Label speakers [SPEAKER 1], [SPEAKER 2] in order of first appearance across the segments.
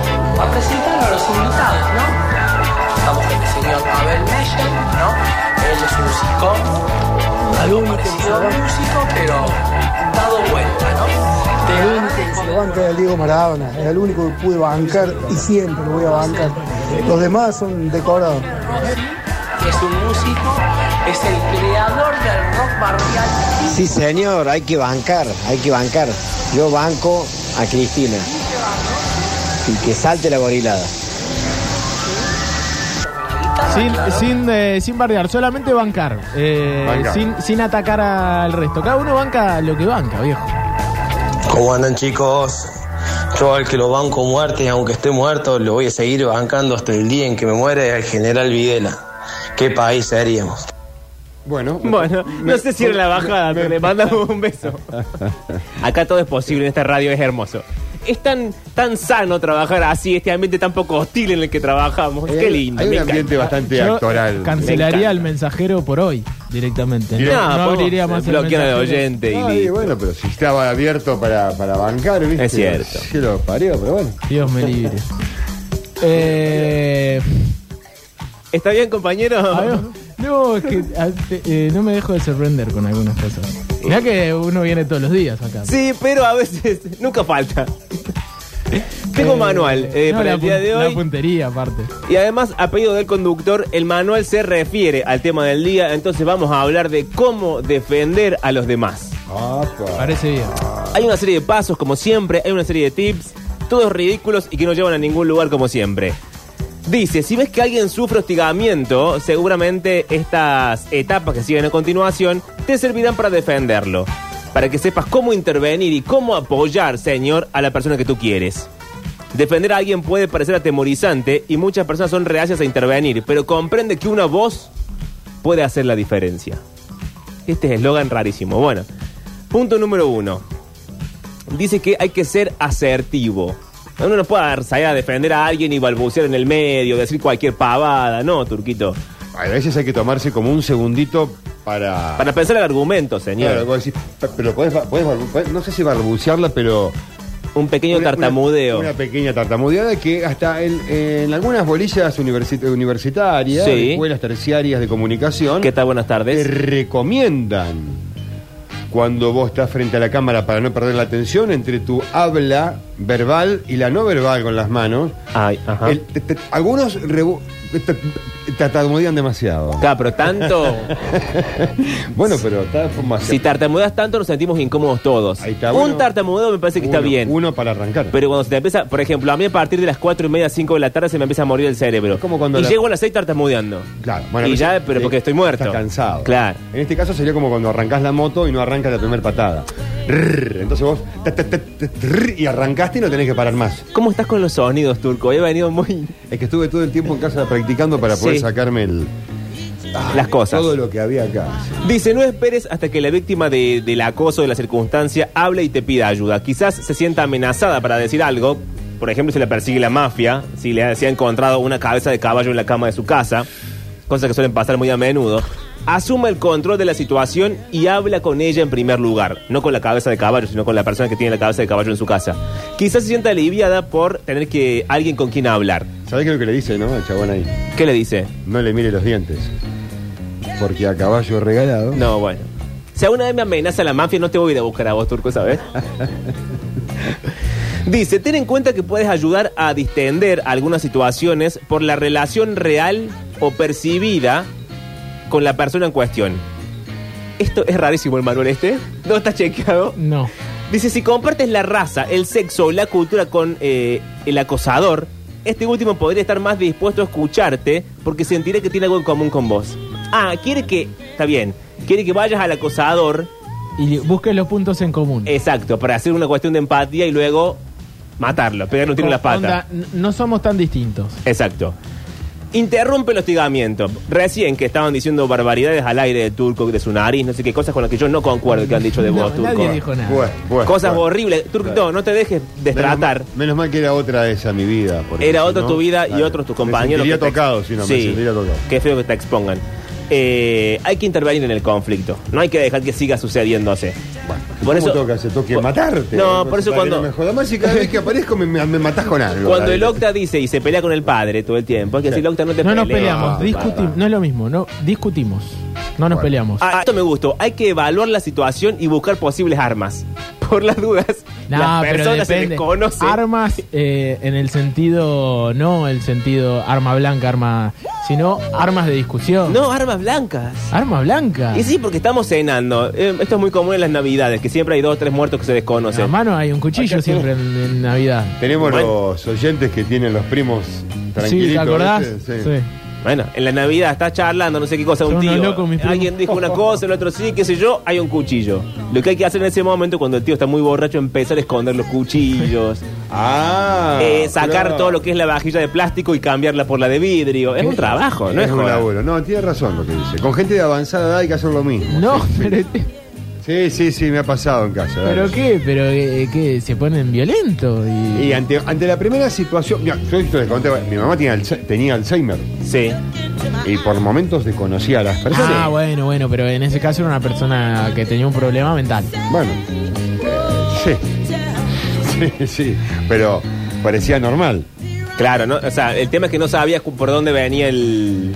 [SPEAKER 1] a presentar a los invitados, ¿no? Estamos con el señor Abel Meyer, ¿no? Él es un psicólogo, alumno que músico, pero dado vuelta, ¿no?
[SPEAKER 2] El único que se lo banca es Diego Maradona, es el único que pude bancar y siempre lo voy a bancar. Los demás son decorados.
[SPEAKER 1] que es un músico, es el creador del rock barrial.
[SPEAKER 3] Sí, señor, hay que bancar, hay que bancar. Yo banco a Cristina. Y que salte la gorilada.
[SPEAKER 4] Ah,
[SPEAKER 5] Sin, sin, eh, sin bardear, solamente bancar. eh,
[SPEAKER 4] Bancar.
[SPEAKER 5] Sin, sin atacar al resto. Cada uno banca lo que banca, viejo.
[SPEAKER 6] ¿Cómo andan chicos? Yo al que lo banco muerte, y aunque esté muerto, lo voy a seguir bancando hasta el día en que me muere el general Videla. ¿Qué país seríamos?
[SPEAKER 4] Bueno, me-
[SPEAKER 7] Bueno,
[SPEAKER 4] me-
[SPEAKER 7] no sé si era la bajada, pero le mandamos un beso. Acá todo es posible en esta radio, es hermoso. Es tan, tan sano trabajar así, este ambiente tan poco hostil en el que trabajamos.
[SPEAKER 4] Hay-
[SPEAKER 7] Pues Qué lindo.
[SPEAKER 4] Hay
[SPEAKER 7] me
[SPEAKER 4] un
[SPEAKER 7] encanta.
[SPEAKER 4] ambiente bastante
[SPEAKER 5] Yo
[SPEAKER 4] actoral.
[SPEAKER 5] Cancelaría
[SPEAKER 7] encanta.
[SPEAKER 5] al mensajero por hoy directamente.
[SPEAKER 4] Direct-
[SPEAKER 5] No,
[SPEAKER 7] No, podemos
[SPEAKER 5] abriría más el
[SPEAKER 7] bloquear al
[SPEAKER 5] mensajero.
[SPEAKER 7] oyente. y
[SPEAKER 4] Ay,
[SPEAKER 7] listo.
[SPEAKER 4] bueno, pero si estaba abierto para, para bancar, ¿viste?
[SPEAKER 7] Es cierto.
[SPEAKER 4] Sí lo parió, pero bueno.
[SPEAKER 5] Dios me libre. Eh,
[SPEAKER 7] ¿Está bien, compañero?
[SPEAKER 5] a ver, no, es que a- te- eh, no me dejo de sorprender con algunas cosas. Mirá que uno viene todos los días acá.
[SPEAKER 7] Sí, pero a veces nunca falta. Tengo
[SPEAKER 5] Eh,
[SPEAKER 7] manual eh,
[SPEAKER 5] no,
[SPEAKER 7] para
[SPEAKER 5] la
[SPEAKER 7] el día
[SPEAKER 5] pun-
[SPEAKER 7] de
[SPEAKER 5] La
[SPEAKER 7] hoy.
[SPEAKER 5] puntería aparte.
[SPEAKER 7] Y además, a pedido del conductor, el manual se refiere al tema del día. Entonces vamos a hablar de cómo defender a los demás.
[SPEAKER 4] Apa.
[SPEAKER 5] Parece bien.
[SPEAKER 7] Hay una serie de pasos, como siempre, hay una serie de tips, todos ridículos y que no llevan a ningún lugar, como siempre. Dice, si ves que alguien sufre hostigamiento, seguramente estas etapas que siguen a continuación te servirán para defenderlo, para que sepas cómo intervenir y cómo apoyar, señor, a la persona que tú quieres. Defender a alguien puede parecer atemorizante y muchas personas son reacias a intervenir, pero comprende que una voz puede hacer la diferencia. Este es eslogan rarísimo. Bueno, punto número uno. Dice que hay que ser asertivo. Uno no puede salir a defender a alguien y balbucear en el medio, decir cualquier pavada, no, Turquito.
[SPEAKER 4] A veces hay que tomarse como un segundito para.
[SPEAKER 7] Para pensar el argumento, señor.
[SPEAKER 4] Claro, vos decís, pe- pero podés, ba- podés barbu- podés- no sé si barbucearla, pero.
[SPEAKER 7] Un pequeño
[SPEAKER 4] una- una-
[SPEAKER 7] tartamudeo.
[SPEAKER 4] Una, pequeña tartamudeada que hasta en, en algunas bolillas universi- universitarias,
[SPEAKER 7] Sí.
[SPEAKER 4] de escuelas terciarias de comunicación,
[SPEAKER 7] ¿Qué tal? Buenas
[SPEAKER 4] te
[SPEAKER 7] tardes.
[SPEAKER 4] recomiendan cuando vos estás frente a la cámara para no perder la atención entre tu habla verbal y la no verbal con las manos.
[SPEAKER 7] Ay, ajá.
[SPEAKER 4] El- te- te- algunos rebu- te- tartamudean demasiado.
[SPEAKER 7] Claro, pero tanto,
[SPEAKER 4] Bueno, pero está más
[SPEAKER 7] si tartamudeas tanto, nos sentimos incómodos todos.
[SPEAKER 4] Ahí está,
[SPEAKER 7] un
[SPEAKER 4] uno.
[SPEAKER 7] tartamudeo me parece que está
[SPEAKER 4] Uno-
[SPEAKER 7] bien.
[SPEAKER 4] Uno para arrancar.
[SPEAKER 7] Pero cuando se te empieza, por ejemplo, a mí a partir de las 4 y media, 5 de la tarde se me empieza a morir el cerebro.
[SPEAKER 4] Como cuando
[SPEAKER 7] y
[SPEAKER 4] la-
[SPEAKER 7] llego a las 6 tartamudeando.
[SPEAKER 4] Claro,
[SPEAKER 7] y
[SPEAKER 4] pues,
[SPEAKER 7] ya, pero
[SPEAKER 4] eh,
[SPEAKER 7] porque estoy muerto.
[SPEAKER 4] Estás cansado.
[SPEAKER 7] Claro.
[SPEAKER 4] En este caso sería como cuando arrancás la moto y no arranca la primera patada. Rrr, Entonces vos ta, ta, ta, ta, rrr, y arrancaste y no tenés que parar más.
[SPEAKER 7] ¿Cómo estás con los sonidos, Turco? He venido muy...
[SPEAKER 4] Es que estuve todo el tiempo en casa practicando para poder
[SPEAKER 7] Sí.
[SPEAKER 4] sacarme el,
[SPEAKER 7] las cosas.
[SPEAKER 4] todo lo que había acá.
[SPEAKER 7] Dice, no esperes hasta que la víctima de- del acoso de la circunstancia hable y te pida ayuda. Quizás se sienta amenazada para decir algo. Por ejemplo, si la persigue la mafia, si le ha, si ha encontrado una cabeza de caballo en la cama de su casa, cosas que suelen pasar muy a menudo. Asuma el control de la situación y habla con ella en primer lugar. No con la cabeza de caballo, sino con la persona que tiene la cabeza de caballo en su casa. Quizás se sienta aliviada por tener que alguien con quien hablar.
[SPEAKER 4] ¿Sabés qué es lo que le dice, no? Al chabón ahí.
[SPEAKER 7] ¿Qué le dice?
[SPEAKER 4] No le mire los dientes. Porque a caballo regalado.
[SPEAKER 7] No, bueno. Si alguna vez me amenaza la mafia, no te voy a ir a buscar a vos, turco, ¿sabes? Dice, ten en cuenta que puedes ayudar a distender algunas situaciones por la relación real o percibida con la persona en cuestión. Esto es rarísimo el manual este. No está chequeado.
[SPEAKER 5] No.
[SPEAKER 7] Dice, si compartes la raza, el sexo o la cultura con eh, el acosador, este último podría estar más dispuesto a escucharte porque sentirá que tiene algo en común con vos. Ah, quiere que... Está bien. Quiere que vayas al acosador,
[SPEAKER 5] Y busques los puntos en común.
[SPEAKER 7] exacto, para hacer una cuestión de empatía y luego matarlo, pegarle un tiro en la pata.
[SPEAKER 5] Onda, n- no somos tan distintos.
[SPEAKER 7] Exacto. Interrumpe el hostigamiento. Recién que estaban diciendo barbaridades al aire de Turco, de su nariz, no sé qué cosas con las que yo no concuerdo que han dicho de
[SPEAKER 5] No,
[SPEAKER 7] vos, Turco.
[SPEAKER 5] nadie dijo nada.
[SPEAKER 4] Bueno, bueno,
[SPEAKER 7] Cosas
[SPEAKER 4] bueno.
[SPEAKER 7] horribles. Turco, no, no te dejes
[SPEAKER 4] Menos,
[SPEAKER 7] destratar.
[SPEAKER 4] mal- menos mal que era otra esa mi vida. porque
[SPEAKER 7] Era
[SPEAKER 4] si
[SPEAKER 7] otro
[SPEAKER 4] no,
[SPEAKER 7] tu vida y
[SPEAKER 4] claro,
[SPEAKER 7] otros tus compañeros.
[SPEAKER 4] Me sentiría
[SPEAKER 7] que te-
[SPEAKER 4] tocado, si no, me
[SPEAKER 7] Sí.
[SPEAKER 4] sentiría tocado.
[SPEAKER 7] Qué feo que te expongan. Eh, hay que intervenir en el conflicto. No hay que dejar que siga sucediéndose.
[SPEAKER 4] Bueno.
[SPEAKER 7] Por eso-
[SPEAKER 4] ¿Cómo toca? Se toque
[SPEAKER 7] por-
[SPEAKER 4] matarte.
[SPEAKER 7] No, por eso
[SPEAKER 4] Padre,
[SPEAKER 7] cuando-
[SPEAKER 4] No me jodas más y cada vez que aparezco me, me, me matás con algo.
[SPEAKER 7] Cuando
[SPEAKER 4] Dale.
[SPEAKER 7] el Octa dice y se pelea con el padre todo el tiempo, es que si el Octa no te Ah,
[SPEAKER 5] No nos
[SPEAKER 7] pelea,
[SPEAKER 5] peleamos,
[SPEAKER 7] papá.
[SPEAKER 5] discutimos. No es lo mismo, no discutimos. No nos peleamos.
[SPEAKER 7] Ah, esto me gustó. Hay que evaluar la situación y buscar posibles armas. Por las dudas,
[SPEAKER 5] No,
[SPEAKER 7] las
[SPEAKER 5] pero
[SPEAKER 7] personas se
[SPEAKER 5] depende.
[SPEAKER 7] desconocen.
[SPEAKER 5] Armas eh, en el sentido, no el sentido arma blanca, arma, sino armas de discusión.
[SPEAKER 7] No, armas blancas.
[SPEAKER 5] Arma blanca.
[SPEAKER 7] Y sí, porque estamos cenando. Eh, esto es muy común en las navidades, que siempre hay dos o tres muertos que se
[SPEAKER 5] En la
[SPEAKER 7] desconocen.
[SPEAKER 5] mano hay un cuchillo siempre en, en Navidad.
[SPEAKER 4] Tenemos
[SPEAKER 7] Bueno.
[SPEAKER 4] los oyentes que tienen los primos
[SPEAKER 5] Sí,
[SPEAKER 4] tranquilitos.
[SPEAKER 5] ¿te acordás?
[SPEAKER 4] ¿viste? Sí.
[SPEAKER 5] Sí.
[SPEAKER 7] Bueno, en la Navidad estás charlando, no sé qué cosa, un
[SPEAKER 5] Son unos
[SPEAKER 7] tío.
[SPEAKER 5] locos, mis primos.
[SPEAKER 7] Alguien dijo una cosa, el otro sí, qué sé yo, hay un cuchillo. Lo que hay que hacer en ese momento, cuando el tío está muy borracho, empezar a esconder los cuchillos,
[SPEAKER 4] Ah.
[SPEAKER 7] eh, sacar
[SPEAKER 4] claro.
[SPEAKER 7] todo lo que es la vajilla de plástico y cambiarla por la de vidrio. Es un trabajo, no es,
[SPEAKER 4] es un
[SPEAKER 7] joda.
[SPEAKER 4] laburo. No, tiene razón lo que dice. Con gente de avanzada edad hay que hacer lo mismo.
[SPEAKER 5] No,
[SPEAKER 4] Sí, sí.
[SPEAKER 5] pero, este,
[SPEAKER 4] Sí, sí, sí, me ha pasado en casa. dale.
[SPEAKER 5] pero qué, pero eh, qué, se ponen violentos y,
[SPEAKER 4] Y ante, ante la primera situación, mira, yo esto les conté, mi mamá tenía, Alza- tenía Alzheimer
[SPEAKER 7] Sí.
[SPEAKER 4] y por momentos desconocía a las personas.
[SPEAKER 5] Ah, bueno, bueno, pero en ese caso era una persona que tenía un problema mental.
[SPEAKER 4] Bueno, eh, sí. Sí, sí, pero parecía normal.
[SPEAKER 7] Claro, ¿no? o sea, el tema es que no sabías cu- por dónde venía el.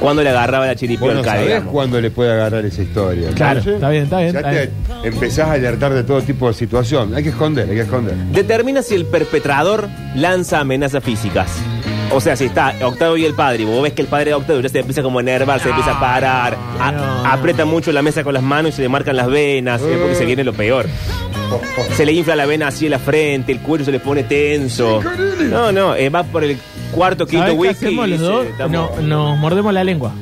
[SPEAKER 7] cuándo le agarraba la
[SPEAKER 4] Vos no
[SPEAKER 7] chiripionca,
[SPEAKER 4] sabés
[SPEAKER 7] digamos.
[SPEAKER 4] cuándo le puede agarrar esa historia.
[SPEAKER 5] Claro,
[SPEAKER 4] Entonces,
[SPEAKER 5] está bien, está bien,
[SPEAKER 4] Ya
[SPEAKER 5] está
[SPEAKER 4] te empezás a alertar de todo tipo de situación. Hay que esconder, hay que esconder.
[SPEAKER 7] Determina si el perpetrador lanza amenazas físicas. O sea, si está Octavio y el padre, y vos ves que el padre de Octavio ya se empieza como a enervar, se empieza a parar, a-
[SPEAKER 5] no.
[SPEAKER 7] aprieta mucho la mesa con las manos y se le marcan las venas, ¿eh? porque se viene lo peor. Se le infla la vena así en la frente, el cuello se le pone tenso. No, no, eh, va por el cuarto, quinto
[SPEAKER 5] ¿Sabés qué
[SPEAKER 7] whisky.
[SPEAKER 5] hacemos
[SPEAKER 7] y
[SPEAKER 5] los
[SPEAKER 7] dice,
[SPEAKER 5] dos?
[SPEAKER 7] "Estamos-".
[SPEAKER 5] No, nos mordemos la lengua.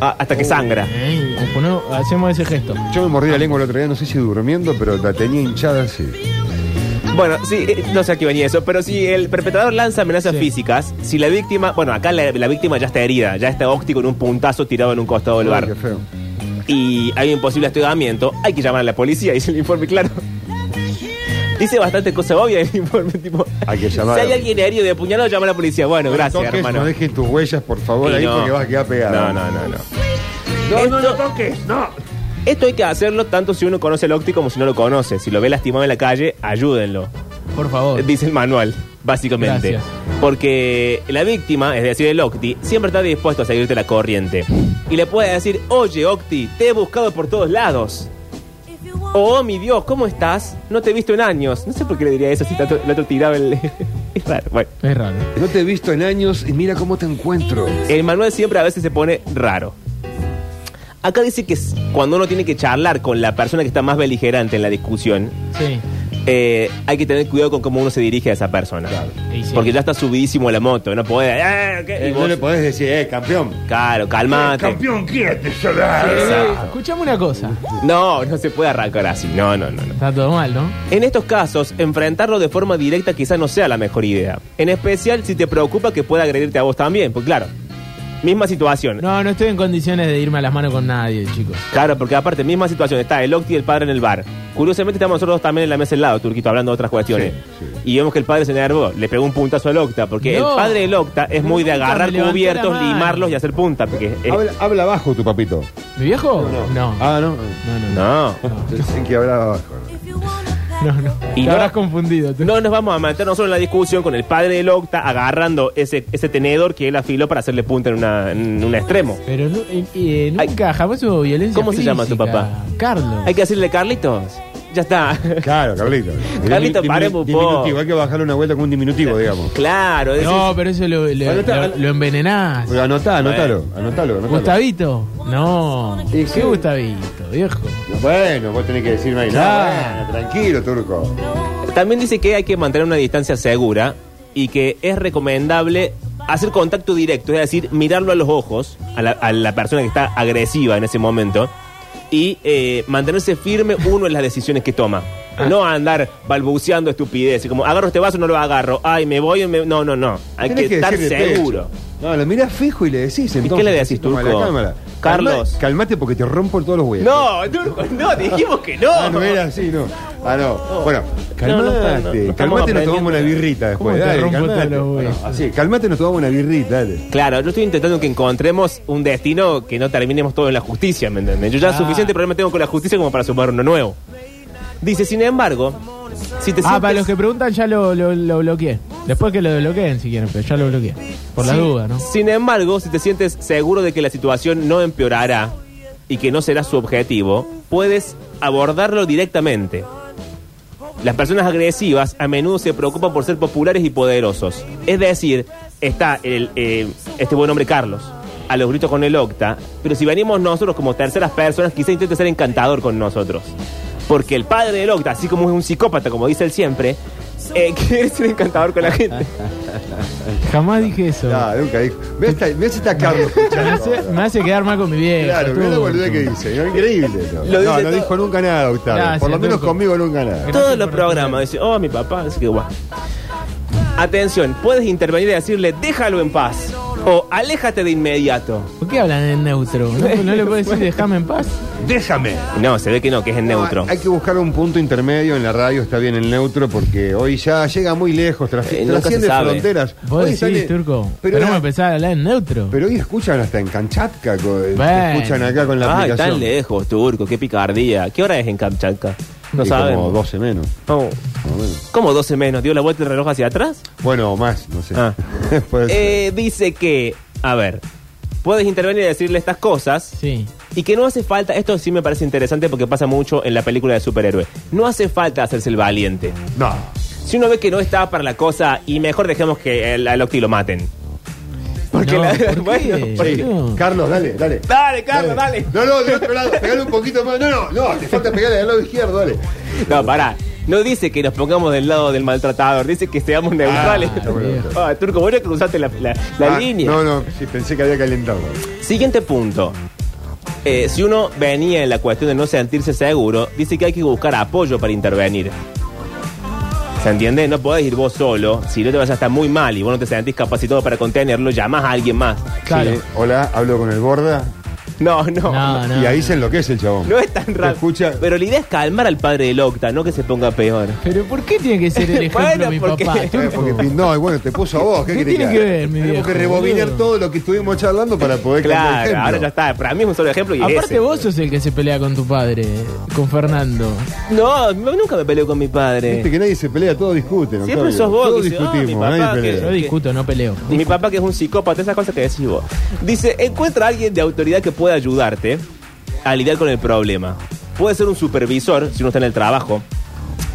[SPEAKER 7] Ah, hasta que sangra.
[SPEAKER 5] Eh, nos ponemos- hacemos ese gesto.
[SPEAKER 4] Yo me mordí la lengua el otro día, no sé si durmiendo, pero la tenía hinchada así.
[SPEAKER 7] Bueno, sí, eh, no sé a qué venía eso, pero si el perpetrador lanza amenazas
[SPEAKER 5] Sí.
[SPEAKER 7] físicas, si la víctima, bueno, acá la, la víctima ya está herida, ya está Octi con un puntazo tirado en un costado del
[SPEAKER 4] Ay,
[SPEAKER 7] bar
[SPEAKER 4] qué feo.
[SPEAKER 7] y hay un posible hostigamiento, hay que llamar a la policía, dice el informe, claro. Dice bastante cosa obvia el informe, tipo.
[SPEAKER 4] Hay que llamar.
[SPEAKER 7] Si hay alguien herido de puñalado, llama a la policía. Bueno, gracias,
[SPEAKER 4] toques,
[SPEAKER 7] hermano.
[SPEAKER 4] No dejes tus huellas, por favor,
[SPEAKER 7] Y
[SPEAKER 4] ahí
[SPEAKER 7] no.
[SPEAKER 4] porque vas a quedar pegado.
[SPEAKER 7] No, no, no, no.
[SPEAKER 4] No,
[SPEAKER 7] Esto-
[SPEAKER 4] no lo toques, no.
[SPEAKER 7] Esto hay que hacerlo tanto si uno conoce al Octi como si no lo conoce. Si lo ve lastimado en la calle, ayúdenlo.
[SPEAKER 5] Por favor.
[SPEAKER 7] Eh, Dice el manual, básicamente.
[SPEAKER 5] Gracias.
[SPEAKER 7] Porque la víctima, es decir, el Octi, siempre está dispuesto a seguirte la corriente. Y le puede decir, oye Octi, te he buscado por todos lados. O, oh, mi Dios, ¿cómo estás? No te he visto en años. No sé por qué le diría eso si tanto- el otro tiraba el... es raro. Bueno,
[SPEAKER 5] Es raro.
[SPEAKER 4] No te he visto en años y mira cómo te encuentro.
[SPEAKER 7] el manual siempre a veces se pone raro. Acá dice que s- cuando uno tiene que charlar con la persona que está más beligerante en la discusión,
[SPEAKER 5] Sí.
[SPEAKER 7] eh, hay que tener cuidado con cómo uno se dirige a esa persona.
[SPEAKER 5] Y sí.
[SPEAKER 7] Porque ya está subidísimo la moto, no puede. "Eh, ¿qué?" Y
[SPEAKER 4] Eh,
[SPEAKER 7] vos- Ah,
[SPEAKER 4] no le podés decir, eh, campeón.
[SPEAKER 7] Claro, calmate.
[SPEAKER 4] Campeón, quédate llorar.
[SPEAKER 5] Eh,
[SPEAKER 7] Exacto.
[SPEAKER 5] escuchame una cosa.
[SPEAKER 7] No, no se puede arrancar así. No, no, no, no.
[SPEAKER 5] Está todo mal, ¿no?
[SPEAKER 7] En estos casos, enfrentarlo de forma directa quizás no sea la mejor idea. En especial si te preocupa que pueda agredirte a vos también, pues claro. Misma situación.
[SPEAKER 5] No, no estoy en condiciones de irme a las manos con nadie, chicos.
[SPEAKER 7] Claro, porque aparte, misma situación, está el Octi y el padre en el bar. Curiosamente estamos nosotros dos también en la mesa al lado, Turquito, hablando de otras cuestiones. Y vemos que el padre se enervó, le pegó un puntazo al Octa, porque
[SPEAKER 5] No.
[SPEAKER 7] el padre del Octa es muy de
[SPEAKER 5] Nunca
[SPEAKER 7] agarrar
[SPEAKER 5] me levantó
[SPEAKER 7] cubiertos,
[SPEAKER 5] la mano.
[SPEAKER 7] limarlos y hacer punta, porque... es-
[SPEAKER 4] Habla, habla bajo tu papito.
[SPEAKER 5] ¿Mi viejo? No. No,
[SPEAKER 4] Ah, no.
[SPEAKER 5] no, no.
[SPEAKER 7] No.
[SPEAKER 4] Pensé que hablaba bajo.
[SPEAKER 5] no, no.
[SPEAKER 7] Ah. Y
[SPEAKER 5] Te
[SPEAKER 7] no-
[SPEAKER 5] habrás confundido. tú.
[SPEAKER 7] No nos vamos a meter nosotros en la discusión con el padre del Octa agarrando ese, ese tenedor que él afiló para hacerle punta en, una- en un extremo.
[SPEAKER 5] Pero nu- eh, eh,
[SPEAKER 7] Ay.
[SPEAKER 5] nunca, jamás hubo violencia.
[SPEAKER 7] ¿Cómo se llama tu
[SPEAKER 5] física.
[SPEAKER 7] papá?
[SPEAKER 5] Carlos.
[SPEAKER 7] Hay que decirle, Carlitos, ya está.
[SPEAKER 4] Claro, Carlito.
[SPEAKER 7] Carlito, paremos un poco.
[SPEAKER 4] Diminutivo, hay que bajarle una vuelta con un diminutivo, digamos.
[SPEAKER 7] claro, es-
[SPEAKER 5] No, pero eso lo, lo-
[SPEAKER 4] Anotá,
[SPEAKER 5] lo- lo envenenás.
[SPEAKER 4] Pero anotá, anotalo, anotalo, anotalo.
[SPEAKER 5] ¿Gustavito? No.
[SPEAKER 4] ¿Y
[SPEAKER 5] ¿Qué
[SPEAKER 4] qué?
[SPEAKER 5] Gustavito, viejo?
[SPEAKER 4] Bueno, vos tenés que decirme ahí.
[SPEAKER 5] Claro.
[SPEAKER 4] "Ah, tranquilo, turco.
[SPEAKER 7] también dice que hay que mantener una distancia segura y que es recomendable hacer contacto directo, es decir, mirarlo a los ojos a la, a la persona que está agresiva en ese momento y eh, mantenerse firme uno en las decisiones que toma.
[SPEAKER 4] Ah.
[SPEAKER 7] No andar balbuceando estupideces, como agarro este vaso, no lo agarro, ay, me voy, me- no, no, no, hay
[SPEAKER 4] Tenés
[SPEAKER 7] que, estar
[SPEAKER 4] decirle pecho.
[SPEAKER 7] seguro.
[SPEAKER 4] No, lo mirás fijo y le decís. Entonces,
[SPEAKER 7] qué le decís,
[SPEAKER 4] Toma
[SPEAKER 7] Turco?
[SPEAKER 4] La cámara.
[SPEAKER 7] Carlos.
[SPEAKER 4] Calma- Calmate porque te rompo todos los huevos.
[SPEAKER 7] No, Turco, no, dijimos que no.
[SPEAKER 4] Ah, no era así, no. Ah, no. Bueno, calmate.
[SPEAKER 7] No, no, no, no, no,
[SPEAKER 4] calmate, nos
[SPEAKER 7] estamos
[SPEAKER 4] tomamos una
[SPEAKER 7] aprendiendo.
[SPEAKER 4] birrita
[SPEAKER 5] ¿Cómo
[SPEAKER 4] después.
[SPEAKER 5] te
[SPEAKER 4] Dale,
[SPEAKER 5] rompo
[SPEAKER 4] calmate.
[SPEAKER 5] todos los huevos?
[SPEAKER 4] Bueno, así, calmate, nos tomamos una birrita, dale.
[SPEAKER 7] Claro, yo estoy intentando que encontremos un destino que no terminemos todo en la justicia, ¿me entiendes? Yo ya
[SPEAKER 5] Ah.
[SPEAKER 7] suficiente problema tengo con la justicia como para sumar uno nuevo. Dice, sin embargo, si te
[SPEAKER 5] Ah,
[SPEAKER 7] sientes-
[SPEAKER 5] para los que preguntan ya lo, lo- lo bloqueé. Después que lo desbloqueen si quieren, pero ya lo bloqueé. Por la
[SPEAKER 7] Sin-
[SPEAKER 5] duda, ¿no?
[SPEAKER 7] Sin embargo, si te sientes seguro de que la situación no empeorará y que no será su objetivo, puedes abordarlo directamente. Las personas agresivas a menudo se preocupan por ser populares y poderosos. Es decir, está el, eh, este buen hombre Carlos a los gritos con el Octa, pero si venimos nosotros como terceras personas, quizá intente ser encantador con nosotros. Porque el padre del Octa, así como es un psicópata, como dice él siempre, eh, quiere ser encantador con la gente.
[SPEAKER 5] Jamás dije eso.
[SPEAKER 4] Ah, nunca dijo. Ve esta, ve si está Carlos escuchando.
[SPEAKER 5] Me hace, me hace quedar mal con mi viejo.
[SPEAKER 4] Claro, mira la
[SPEAKER 5] truco.
[SPEAKER 4] boludez que dice. ¿no? Increíble. ¿no?
[SPEAKER 7] Lo
[SPEAKER 4] no,
[SPEAKER 7] dice
[SPEAKER 4] no
[SPEAKER 7] todo.
[SPEAKER 4] dijo nunca nada, Octavio.
[SPEAKER 5] Gracias,
[SPEAKER 4] Por lo menos
[SPEAKER 5] loco.
[SPEAKER 4] conmigo nunca nada.
[SPEAKER 5] Gracias
[SPEAKER 7] todos los
[SPEAKER 5] por
[SPEAKER 7] programas. Dice, oh, mi papá, así que guau. Atención, puedes intervenir y decirle, déjalo en paz. O aléjate de inmediato.
[SPEAKER 5] ¿Por qué hablan en neutro? ¿No, no le puedo decir déjame en paz?
[SPEAKER 4] ¡Déjame!
[SPEAKER 7] No, se ve que no, que es en neutro.
[SPEAKER 4] Ah, Hay que buscar un punto intermedio en la radio, está bien el neutro, porque hoy ya llega muy lejos, tras,
[SPEAKER 7] Eh, nunca
[SPEAKER 4] trasciende
[SPEAKER 7] se sabe.
[SPEAKER 4] fronteras.
[SPEAKER 5] Vos
[SPEAKER 4] hoy
[SPEAKER 5] decís,
[SPEAKER 4] sale-
[SPEAKER 5] turco.
[SPEAKER 4] Pero,
[SPEAKER 5] Pero vamos a
[SPEAKER 4] la-
[SPEAKER 5] empezar a hablar en neutro.
[SPEAKER 4] pero hoy escuchan hasta en Kanchatka, co- eh,
[SPEAKER 5] Bueno.
[SPEAKER 4] escuchan acá con la
[SPEAKER 7] Ay,
[SPEAKER 4] aplicación.
[SPEAKER 7] tan Ah, lejos, turco, qué picardía. ¿Qué hora es en Kamchatka? No
[SPEAKER 4] Y
[SPEAKER 7] saben.
[SPEAKER 4] Como 12 menos.
[SPEAKER 7] Oh,
[SPEAKER 4] más o menos.
[SPEAKER 7] ¿Cómo 12 menos? ¿Dio la vuelta el reloj hacia atrás?
[SPEAKER 4] Bueno, o más, no sé.
[SPEAKER 7] Ah.
[SPEAKER 4] Puede ser.
[SPEAKER 7] Eh, dice que, a ver, puedes intervenir y decirle estas cosas.
[SPEAKER 5] Sí.
[SPEAKER 7] Y que no hace falta, esto sí me parece interesante porque pasa mucho en la película de superhéroe. No hace falta hacerse el valiente.
[SPEAKER 4] No.
[SPEAKER 7] Si uno ve que no está para la cosa y mejor dejemos que el, al Octi lo maten. Porque
[SPEAKER 5] No,
[SPEAKER 7] la
[SPEAKER 5] ¿por qué?
[SPEAKER 7] bueno, porque-
[SPEAKER 4] Sí.
[SPEAKER 5] No.
[SPEAKER 4] Carlos, dale, dale.
[SPEAKER 7] Dale, Carlos, dale.
[SPEAKER 4] No, no, del otro lado, pegale un poquito más. No, no, no, te falta pegarle del lado izquierdo, dale.
[SPEAKER 7] No, pará. No dice que nos pongamos del lado del maltratador, dice que seamos neutrales.
[SPEAKER 4] está bueno.
[SPEAKER 7] Ah, Turco, vos no cruzaste la, la- la
[SPEAKER 4] Ah,
[SPEAKER 7] línea.
[SPEAKER 4] No, no, sí, pensé que había calentado.
[SPEAKER 7] Siguiente punto. Eh, si uno venía en la cuestión de no sentirse seguro, dice que hay que buscar apoyo para intervenir. ¿Se entiende? No podés ir vos solo. Si no te vas a estar muy mal y vos no te sentís capacitado para contenerlo, llamás a alguien más.
[SPEAKER 5] Claro.
[SPEAKER 4] Sí, hola, hablo con el borda.
[SPEAKER 7] No, no. No,
[SPEAKER 5] No, no.
[SPEAKER 4] y ahí se enloquece el chabón.
[SPEAKER 7] es tan raro.
[SPEAKER 4] escucha.
[SPEAKER 7] Pero la idea es calmar al padre del Octa, no que se ponga peor.
[SPEAKER 5] Pero ¿por qué tiene que ser el ejemplo
[SPEAKER 7] Bueno,
[SPEAKER 5] mi
[SPEAKER 7] porque-
[SPEAKER 5] papá?
[SPEAKER 4] Eh,
[SPEAKER 5] Turco?
[SPEAKER 4] porque pin- no, y bueno, te puso a vos. ¿Qué,
[SPEAKER 5] ¿Qué
[SPEAKER 4] querés
[SPEAKER 5] tiene
[SPEAKER 4] haga?
[SPEAKER 5] que ver, mi
[SPEAKER 4] Tenemos que
[SPEAKER 5] viejo,
[SPEAKER 4] rebobinar
[SPEAKER 5] boludo?
[SPEAKER 4] todo lo que estuvimos charlando para poder cambiar el
[SPEAKER 7] Claro, ahora
[SPEAKER 4] ejemplo.
[SPEAKER 7] ya está. Para mí es un solo ejemplo y es
[SPEAKER 5] Aparte
[SPEAKER 7] ese.
[SPEAKER 5] vos sos el que se pelea con tu padre, con Fernando.
[SPEAKER 7] No, no, nunca me peleo con mi
[SPEAKER 4] Viste
[SPEAKER 7] padre.
[SPEAKER 4] que nadie se pelea, todo discuten.
[SPEAKER 7] Siempre
[SPEAKER 4] Octavio.
[SPEAKER 7] sos vos
[SPEAKER 4] Todos
[SPEAKER 7] que dice, ah, mi
[SPEAKER 4] discutimos,
[SPEAKER 7] papá,
[SPEAKER 4] nadie
[SPEAKER 7] que-
[SPEAKER 5] Yo
[SPEAKER 4] pelea.
[SPEAKER 5] discuto, no peleo.
[SPEAKER 7] Mi papá, que es un psicópata, esas cosas que decís vos. Dice, encuentra a alguien de autoridad que pueda ayudarte a lidiar con el problema. Puede ser un supervisor, si uno está en el trabajo.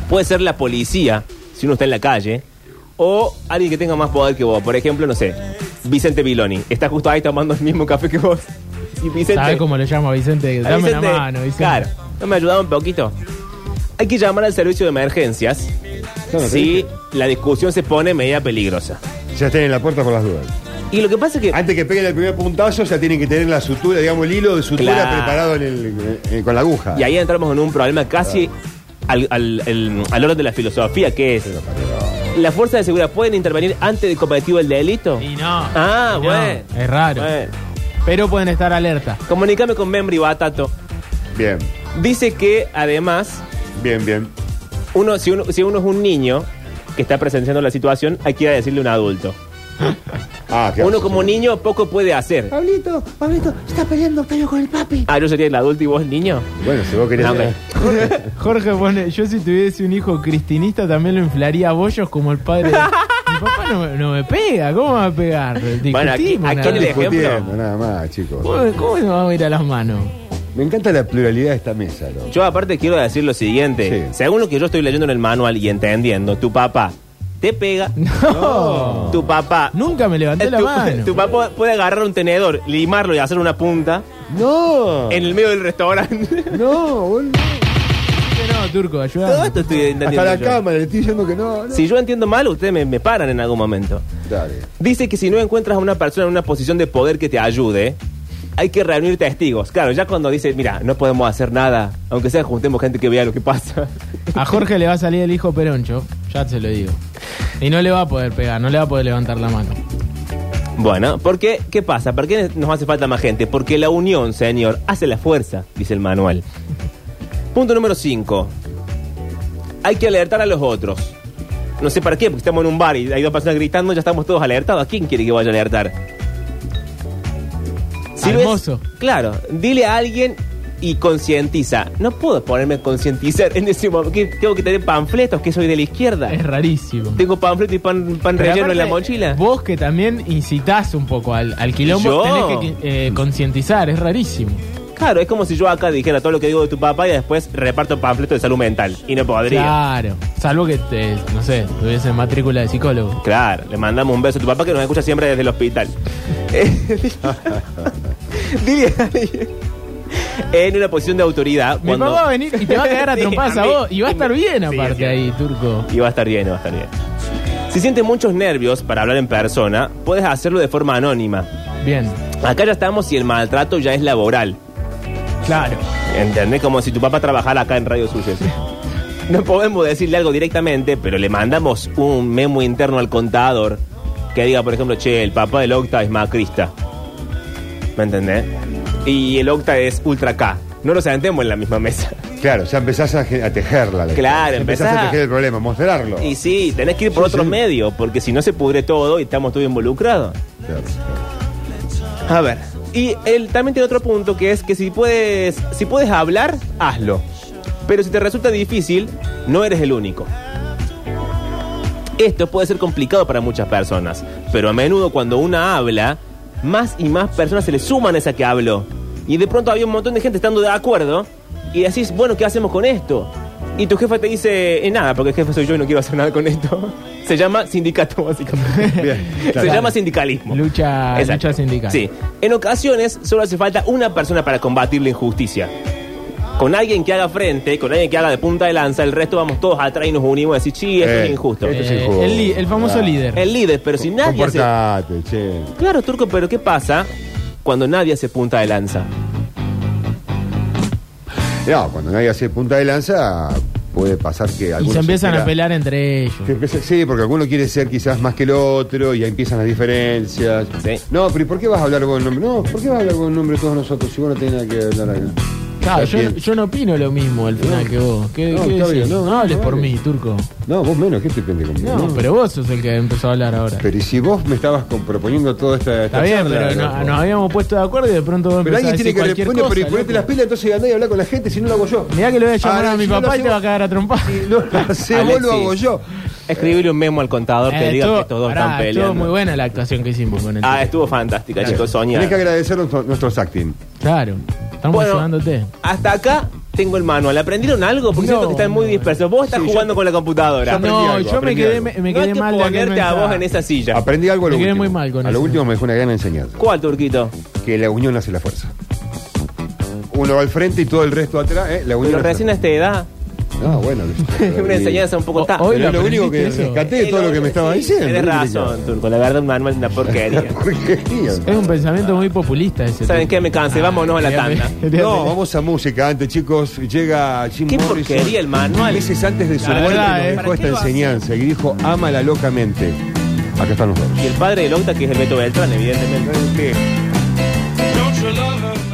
[SPEAKER 7] Puede ser la policía, si uno está en la calle. O alguien que tenga más poder que vos. Por ejemplo, no sé, Vicente Viloni. Está justo ahí tomando el mismo café que vos. Y Vicente...
[SPEAKER 5] ¿Sabes cómo lo llamo a Vicente?
[SPEAKER 7] A
[SPEAKER 5] Dame
[SPEAKER 7] Vicente,
[SPEAKER 5] una mano, Vicente.
[SPEAKER 7] este, Claro, ¿no me ayudaba un poquito? Hay que llamar al servicio de emergencias
[SPEAKER 4] Claro, te
[SPEAKER 7] si
[SPEAKER 4] dije.
[SPEAKER 7] la discusión se pone media peligrosa.
[SPEAKER 4] Ya están en la puerta por las dudas.
[SPEAKER 7] Y lo que pasa es que...
[SPEAKER 4] Antes que peguen el primer puntazo, ya tienen que tener la sutura, digamos, el hilo de sutura
[SPEAKER 7] Claro.
[SPEAKER 4] preparado en el- eh, con la aguja.
[SPEAKER 7] Y ahí entramos en un problema casi al, al, el- al orden de la filosofía, que es... ¿Las fuerzas de seguridad pueden intervenir antes de cometido el delito?
[SPEAKER 5] Y no.
[SPEAKER 7] Ah,
[SPEAKER 5] Y no,
[SPEAKER 7] bueno.
[SPEAKER 5] Es raro.
[SPEAKER 7] Bueno,
[SPEAKER 5] Pero pueden estar alerta.
[SPEAKER 7] comunícame con Membri Batato.
[SPEAKER 4] Bien,
[SPEAKER 7] Dice que, además,
[SPEAKER 4] bien, bien.
[SPEAKER 7] uno si, uno, si uno es un niño que está presenciando la situación, hay que ir a decirle a un adulto.
[SPEAKER 4] Ah, qué
[SPEAKER 7] Uno
[SPEAKER 4] asco,
[SPEAKER 7] como
[SPEAKER 4] sí.
[SPEAKER 7] niño poco puede hacer.
[SPEAKER 8] Pablito, Pablito, está peleando Octavio con el papi.
[SPEAKER 7] Ah, yo sería el adulto y vos niño.
[SPEAKER 4] Bueno, si vos querés.
[SPEAKER 7] No, hombre.
[SPEAKER 5] Jorge pone, yo si tuviese un hijo cristinista también lo inflaría a bollos como el padre. de- Mi papá no, me- no me pega, ¿cómo me va a pegar?
[SPEAKER 7] Bueno, aquí-
[SPEAKER 5] Discutimos,
[SPEAKER 7] aquí
[SPEAKER 5] nada
[SPEAKER 7] en el
[SPEAKER 5] más.
[SPEAKER 7] ejemplo.
[SPEAKER 4] discutiendo, nada más, chicos.
[SPEAKER 5] ¿Cómo, cómo nos vamos a ir a las manos?
[SPEAKER 4] Me encanta la pluralidad de esta mesa, ¿no?
[SPEAKER 7] Yo aparte quiero decir lo siguiente.
[SPEAKER 4] Sí.
[SPEAKER 7] Según lo que yo estoy leyendo en el manual y entendiendo, tu papá te pega.
[SPEAKER 5] No.
[SPEAKER 7] Tu papá.
[SPEAKER 5] Nunca me levanté
[SPEAKER 7] eh,
[SPEAKER 5] la
[SPEAKER 7] tu,
[SPEAKER 5] mano.
[SPEAKER 7] tu papá puede agarrar un tenedor, limarlo y hacer una punta
[SPEAKER 4] No,
[SPEAKER 7] en el medio del restaurante.
[SPEAKER 4] no, boludo.
[SPEAKER 5] No, turco,
[SPEAKER 7] Todo
[SPEAKER 5] ayuda.
[SPEAKER 7] esto estoy entendiendo.
[SPEAKER 4] Hasta la
[SPEAKER 7] yo.
[SPEAKER 4] cámara, le estoy diciendo que no. no.
[SPEAKER 7] Si yo entiendo mal, ustedes me, me paran en algún momento.
[SPEAKER 4] Dale.
[SPEAKER 7] Dice que si no encuentras a una persona en una posición de poder que te ayude, hay que reunir testigos. Claro, ya cuando dice, mira, no podemos hacer nada, aunque sea juntemos gente que vea lo que pasa.
[SPEAKER 5] A Jorge le va a salir el hijo peroncho, ya se lo digo. Y no le va a poder pegar, no le va a poder levantar la mano.
[SPEAKER 7] Bueno, porque, ¿qué pasa? ¿Por qué nos hace falta más gente? Porque la unión, señor, hace la fuerza, dice el manual. Punto número 5. Hay que alertar a los otros. No sé para qué, porque estamos en un bar y hay dos personas gritando, ya estamos todos alertados. ¿A quién quiere que vaya a alertar?
[SPEAKER 5] Al mozo.
[SPEAKER 7] Claro, dile a alguien y concientiza. No puedo ponerme a concientizar en ese momento. ¿Qué- Tengo que tener panfletos, que soy de la izquierda.
[SPEAKER 5] Es rarísimo.
[SPEAKER 7] Tengo panfleto y pan, pan
[SPEAKER 5] Pero
[SPEAKER 7] relleno en la
[SPEAKER 5] aparte,
[SPEAKER 7] mochila.
[SPEAKER 5] Vos que también incitás un poco al, al quilombo,
[SPEAKER 7] ¿Yo?
[SPEAKER 5] tenés que eh, concientizar, es rarísimo.
[SPEAKER 7] Claro, es como si yo acá dijera todo lo que digo de tu papá y después reparto panfletos de salud mental. Y no podría.
[SPEAKER 5] Claro. Salvo que, te, no sé, tuviesen matrícula de psicólogo.
[SPEAKER 7] Claro, le mandamos un beso a tu papá que nos escucha siempre desde el hospital. Eh, Dile a alguien en una posición de autoridad.
[SPEAKER 5] Mi
[SPEAKER 7] cuando-
[SPEAKER 5] papá va a venir y te va a quedar a
[SPEAKER 7] Sí,
[SPEAKER 5] trompadas
[SPEAKER 7] a
[SPEAKER 5] a
[SPEAKER 7] mí.
[SPEAKER 5] vos. Y va a estar bien
[SPEAKER 7] Sí, es
[SPEAKER 5] aparte
[SPEAKER 7] cierto.
[SPEAKER 5] ahí, turco.
[SPEAKER 7] Y va a estar bien, va a estar bien. Si sientes muchos nervios para hablar en persona, puedes hacerlo de forma anónima.
[SPEAKER 5] Bien.
[SPEAKER 7] Acá ya estamos si el maltrato ya es laboral.
[SPEAKER 5] Claro.
[SPEAKER 7] ¿Entendés? Como si tu papá trabajara acá en Radio Suceso. No podemos decirle algo directamente, pero le mandamos un memo interno al contador que diga, por ejemplo, che, el papá del Octa es macrista. ¿Me entendés? Y el Octa es ultra K. No nos sentemos en la misma mesa.
[SPEAKER 4] Claro, o sea, empezás a, ge- a tejerla. la-
[SPEAKER 7] Claro,
[SPEAKER 4] empezás
[SPEAKER 7] empezás
[SPEAKER 4] a tejer el problema, mostrarlo.
[SPEAKER 7] Y sí, tenés que ir por
[SPEAKER 4] Sí,
[SPEAKER 7] otros
[SPEAKER 4] sí.
[SPEAKER 7] medios, porque si no se pudre todo y estamos todos involucrados.
[SPEAKER 4] Claro.
[SPEAKER 7] A ver. Y él también tiene otro punto que es que si puedes, si puedes hablar, hazlo. Pero si te resulta difícil, no eres el único. Esto puede ser complicado para muchas personas, pero a menudo cuando una habla, más y más personas se le suman a esa que habló. Y de pronto había un montón de gente estando de acuerdo y decís, bueno, ¿qué hacemos con esto? Y tu jefa te dice, eh, nada, porque jefe soy yo y no quiero hacer nada con esto. Se llama sindicato, básicamente.
[SPEAKER 4] Bien,
[SPEAKER 7] Se
[SPEAKER 4] claro.
[SPEAKER 7] llama sindicalismo.
[SPEAKER 5] Lucha-
[SPEAKER 7] Exacto.
[SPEAKER 5] lucha sindical.
[SPEAKER 7] Sí. En ocasiones solo hace falta una persona para combatir la injusticia. Con alguien que haga frente, con alguien que haga de punta de lanza, el resto vamos todos atrás y nos unimos a decir, sí, esto
[SPEAKER 4] Eh,
[SPEAKER 7] es injusto.
[SPEAKER 4] Esto es injusto.
[SPEAKER 5] el, li- el famoso
[SPEAKER 4] Claro.
[SPEAKER 5] líder.
[SPEAKER 7] El líder, pero si nadie hace...
[SPEAKER 4] Comportate, che.
[SPEAKER 7] Claro, Turco, pero ¿qué pasa cuando nadie hace punta de lanza?
[SPEAKER 4] No, cuando nadie hace punta de lanza, puede pasar que
[SPEAKER 5] y
[SPEAKER 4] algunos
[SPEAKER 5] se empiezan a
[SPEAKER 4] quiera-
[SPEAKER 5] pelar entre ellos.
[SPEAKER 4] se empieza- Sí, porque alguno quiere ser quizás más que el otro y ahí empiezan las diferencias.
[SPEAKER 7] Sí.
[SPEAKER 4] No, pero ¿y por qué vas a hablar vos en nombre? No, ¿por qué vas a hablar vos en nombre de todos nosotros si vos no tenés nada que hablar acá?
[SPEAKER 5] Claro,
[SPEAKER 4] Está
[SPEAKER 5] yo,
[SPEAKER 4] bien.
[SPEAKER 5] yo no opino lo mismo al final
[SPEAKER 4] No.
[SPEAKER 5] que vos. ¿Qué,
[SPEAKER 4] No,
[SPEAKER 5] qué
[SPEAKER 4] está
[SPEAKER 5] decís?
[SPEAKER 4] bien, no,
[SPEAKER 5] No,
[SPEAKER 4] no,
[SPEAKER 5] hables
[SPEAKER 4] no
[SPEAKER 5] por
[SPEAKER 4] vale.
[SPEAKER 5] mí, turco.
[SPEAKER 4] No, vos menos, ¿qué te pende conmigo?
[SPEAKER 5] No, pero vos sos el que empezó a hablar ahora.
[SPEAKER 4] Pero ¿y si vos me estabas con- proponiendo toda esta, esta
[SPEAKER 5] Está bien,
[SPEAKER 4] charla,
[SPEAKER 5] pero no-
[SPEAKER 4] loco?
[SPEAKER 5] nos habíamos puesto de acuerdo y de pronto vos
[SPEAKER 4] Pero
[SPEAKER 5] empezás a
[SPEAKER 4] alguien tiene
[SPEAKER 5] decir
[SPEAKER 4] que
[SPEAKER 5] cualquier
[SPEAKER 4] responder, pero y
[SPEAKER 5] cosa,
[SPEAKER 4] ponete
[SPEAKER 5] loco.
[SPEAKER 4] las pilas, entonces andá y habla con la gente, si no lo hago yo.
[SPEAKER 5] Mirá que le voy a llamar
[SPEAKER 4] Ahora,
[SPEAKER 5] a Ah, mi
[SPEAKER 4] si no lo
[SPEAKER 5] papá y te
[SPEAKER 4] hacemos-
[SPEAKER 5] va a cagar a trompar.
[SPEAKER 4] Si no lo hacemos, lo hago yo.
[SPEAKER 7] Escribirle un memo al contador que
[SPEAKER 5] Eh,
[SPEAKER 7] diga
[SPEAKER 5] estuvo-
[SPEAKER 7] que estos dos
[SPEAKER 5] pará,
[SPEAKER 7] están
[SPEAKER 5] Estuvo muy
[SPEAKER 7] peleando.
[SPEAKER 5] buena la actuación que hicimos con el
[SPEAKER 7] Ah,
[SPEAKER 5] turco.
[SPEAKER 7] estuvo fantástica, chicos,
[SPEAKER 4] Tenés que
[SPEAKER 7] soñar.
[SPEAKER 4] agradecer nuestro- nuestros acting.
[SPEAKER 5] Claro, estamos ayudándote.
[SPEAKER 7] hasta acá tengo el manual. ¿Aprendieron algo? Porque
[SPEAKER 5] No,
[SPEAKER 7] siento que están muy
[SPEAKER 5] no.
[SPEAKER 7] dispersos. Vos estás
[SPEAKER 4] Sí, yo-
[SPEAKER 7] jugando con la computadora.
[SPEAKER 4] aprendí
[SPEAKER 5] No,
[SPEAKER 4] algo,
[SPEAKER 5] yo me
[SPEAKER 4] aprendí
[SPEAKER 5] quedé,
[SPEAKER 4] algo.
[SPEAKER 5] me, me
[SPEAKER 7] no
[SPEAKER 5] quedé
[SPEAKER 7] hay que
[SPEAKER 5] mal de aquel
[SPEAKER 7] ponerte a vos
[SPEAKER 5] mensaje.
[SPEAKER 7] en esa silla.
[SPEAKER 4] Aprendí algo a lo
[SPEAKER 5] Me quedé
[SPEAKER 4] último.
[SPEAKER 5] muy mal con
[SPEAKER 4] a lo
[SPEAKER 5] eso.
[SPEAKER 4] último me dejó una gran enseñanza.
[SPEAKER 7] ¿Cuál, Turquito?
[SPEAKER 4] Que la unión hace la fuerza. Uno va al frente y todo el resto atrás. ¿eh? La unión
[SPEAKER 7] Pero
[SPEAKER 4] hace la
[SPEAKER 7] recién a esta edad,
[SPEAKER 4] fuerza. No, bueno.
[SPEAKER 7] es una enseñanza un poco
[SPEAKER 5] O-
[SPEAKER 7] tarde.
[SPEAKER 5] hoy
[SPEAKER 4] Pero es lo único que
[SPEAKER 5] ¿Aprendiste eso?
[SPEAKER 4] rescaté de todo lo que me estaba diciendo.
[SPEAKER 7] Tienes
[SPEAKER 4] ¿Qué
[SPEAKER 7] razón, Turco. La verdad, un manual es una porquería.
[SPEAKER 4] te digo?
[SPEAKER 5] Es un pensamiento muy populista ese.
[SPEAKER 7] ¿Saben
[SPEAKER 5] turco.
[SPEAKER 7] qué? Me cansé. Vámonos a la
[SPEAKER 5] Quería-
[SPEAKER 7] tanda.
[SPEAKER 4] No, vamos a música antes, chicos. Llega Jim
[SPEAKER 7] ¿Qué
[SPEAKER 4] Morrison.
[SPEAKER 7] porquería el manual?
[SPEAKER 4] Meses antes de su
[SPEAKER 5] La
[SPEAKER 4] muerte
[SPEAKER 5] verdad,
[SPEAKER 4] nos
[SPEAKER 5] ¿eh?
[SPEAKER 4] dejó esta enseñanza y dijo, ámala locamente. Acá están los dos.
[SPEAKER 7] Y el padre del Octa, que es el Beto Beltrán, evidentemente.
[SPEAKER 4] Sí.
[SPEAKER 9] Don't you love her?